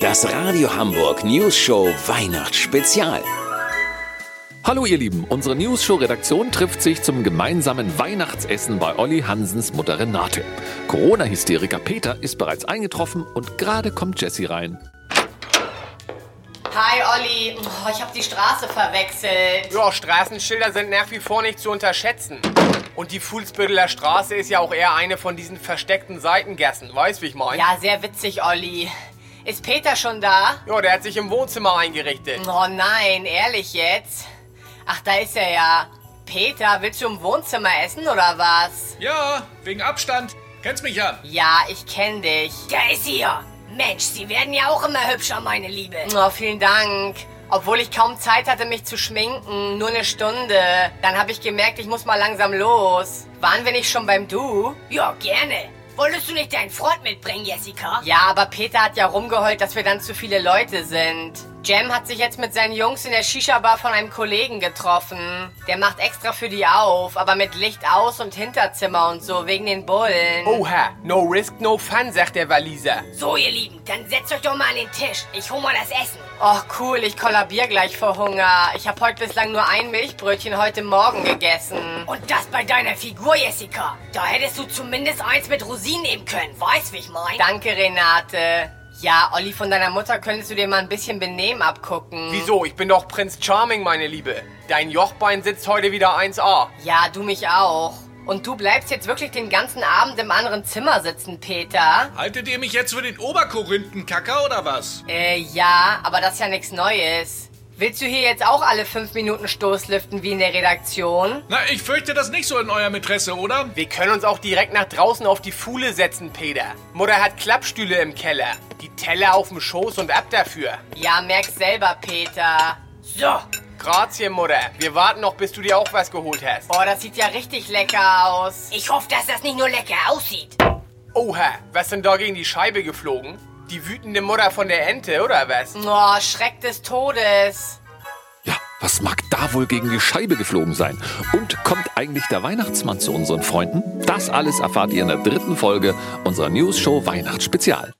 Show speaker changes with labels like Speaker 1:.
Speaker 1: Das Radio Hamburg News Show Weihnachtsspezial.
Speaker 2: Hallo ihr Lieben, unsere News Show Redaktion trifft sich zum gemeinsamen Weihnachtsessen bei Olli Hansens Mutter Renate. Corona-Hysteriker Peter ist bereits eingetroffen und gerade kommt Jessie rein.
Speaker 3: Hi Olli, oh, ich habe die Straße verwechselt.
Speaker 4: Ja, Straßenschilder sind nach wie vor nicht zu unterschätzen. Und die Fuhlsbütteler Straße ist ja auch eher eine von diesen versteckten Seitengassen. Weißt, wie ich meine?
Speaker 3: Ja, sehr witzig, Olli. Ist Peter schon da?
Speaker 4: Ja, der hat sich im Wohnzimmer eingerichtet.
Speaker 3: Oh nein, ehrlich jetzt? Ach, da ist er ja. Peter, willst du im Wohnzimmer essen oder was?
Speaker 5: Ja, wegen Abstand. Kennst mich ja.
Speaker 3: Ja, ich kenn dich.
Speaker 6: Da ist sie ja. Mensch, Sie werden ja auch immer hübscher, meine Liebe.
Speaker 3: Oh, vielen Dank. Obwohl ich kaum Zeit hatte, mich zu schminken, nur eine Stunde. Dann habe ich gemerkt, ich muss mal langsam los. Waren wir nicht schon beim Du?
Speaker 6: Ja, gerne. Wolltest du nicht deinen Freund mitbringen, Jessica?
Speaker 3: Ja, aber Peter hat ja rumgeheult, dass wir dann zu viele Leute sind. Jem hat sich jetzt mit seinen Jungs in der Shisha-Bar von einem Kollegen getroffen. Der macht extra für die auf, aber mit Licht aus und Hinterzimmer und so, wegen den Bullen.
Speaker 4: Oha, no risk, no fun, sagt der Waliser.
Speaker 6: So, ihr Lieben, dann setzt euch doch mal an den Tisch. Ich hol mal das Essen.
Speaker 3: Och cool, ich kollabier gleich vor Hunger. Ich habe heute bislang nur ein Milchbrötchen heute Morgen gegessen.
Speaker 6: Und das bei deiner Figur, Jessica. Da hättest du zumindest eins mit Rosinen nehmen können. Weißt, wie ich mein?
Speaker 3: Danke, Renate. Ja, Olli, von deiner Mutter könntest du dir mal ein bisschen Benehmen abgucken.
Speaker 4: Wieso? Ich bin doch Prinz Charming, meine Liebe. Dein Jochbein sitzt heute wieder 1A.
Speaker 3: Ja, du mich auch. Und du bleibst jetzt wirklich den ganzen Abend im anderen Zimmer sitzen, Peter?
Speaker 5: Haltet ihr mich jetzt für den Oberkorinthenkacker oder was?
Speaker 3: Äh, ja, aber das ist ja nichts Neues. Willst du hier jetzt auch alle fünf Minuten Stoßlüften wie in der Redaktion?
Speaker 5: Na, ich fürchte das nicht so in eurem Interesse, oder?
Speaker 4: Wir können uns auch direkt nach draußen auf die Fuhle setzen, Peter. Mutter hat Klappstühle im Keller. Die Teller auf dem Schoß und ab dafür.
Speaker 3: Ja, merk's selber, Peter.
Speaker 6: So,
Speaker 4: Grazie, Mutter. Wir warten noch, bis du dir auch was geholt hast.
Speaker 3: Boah, das sieht ja richtig lecker aus.
Speaker 6: ich hoffe, dass das nicht nur lecker aussieht.
Speaker 4: Oha, was denn da gegen die Scheibe geflogen? Die wütende Mutter von der Ente, oder was?
Speaker 3: Oh, Schreck des Todes.
Speaker 2: Ja, was mag da wohl gegen die Scheibe geflogen sein? Und kommt eigentlich der Weihnachtsmann zu unseren Freunden? Das alles erfahrt ihr in der dritten Folge unserer News Show Weihnachtsspezial.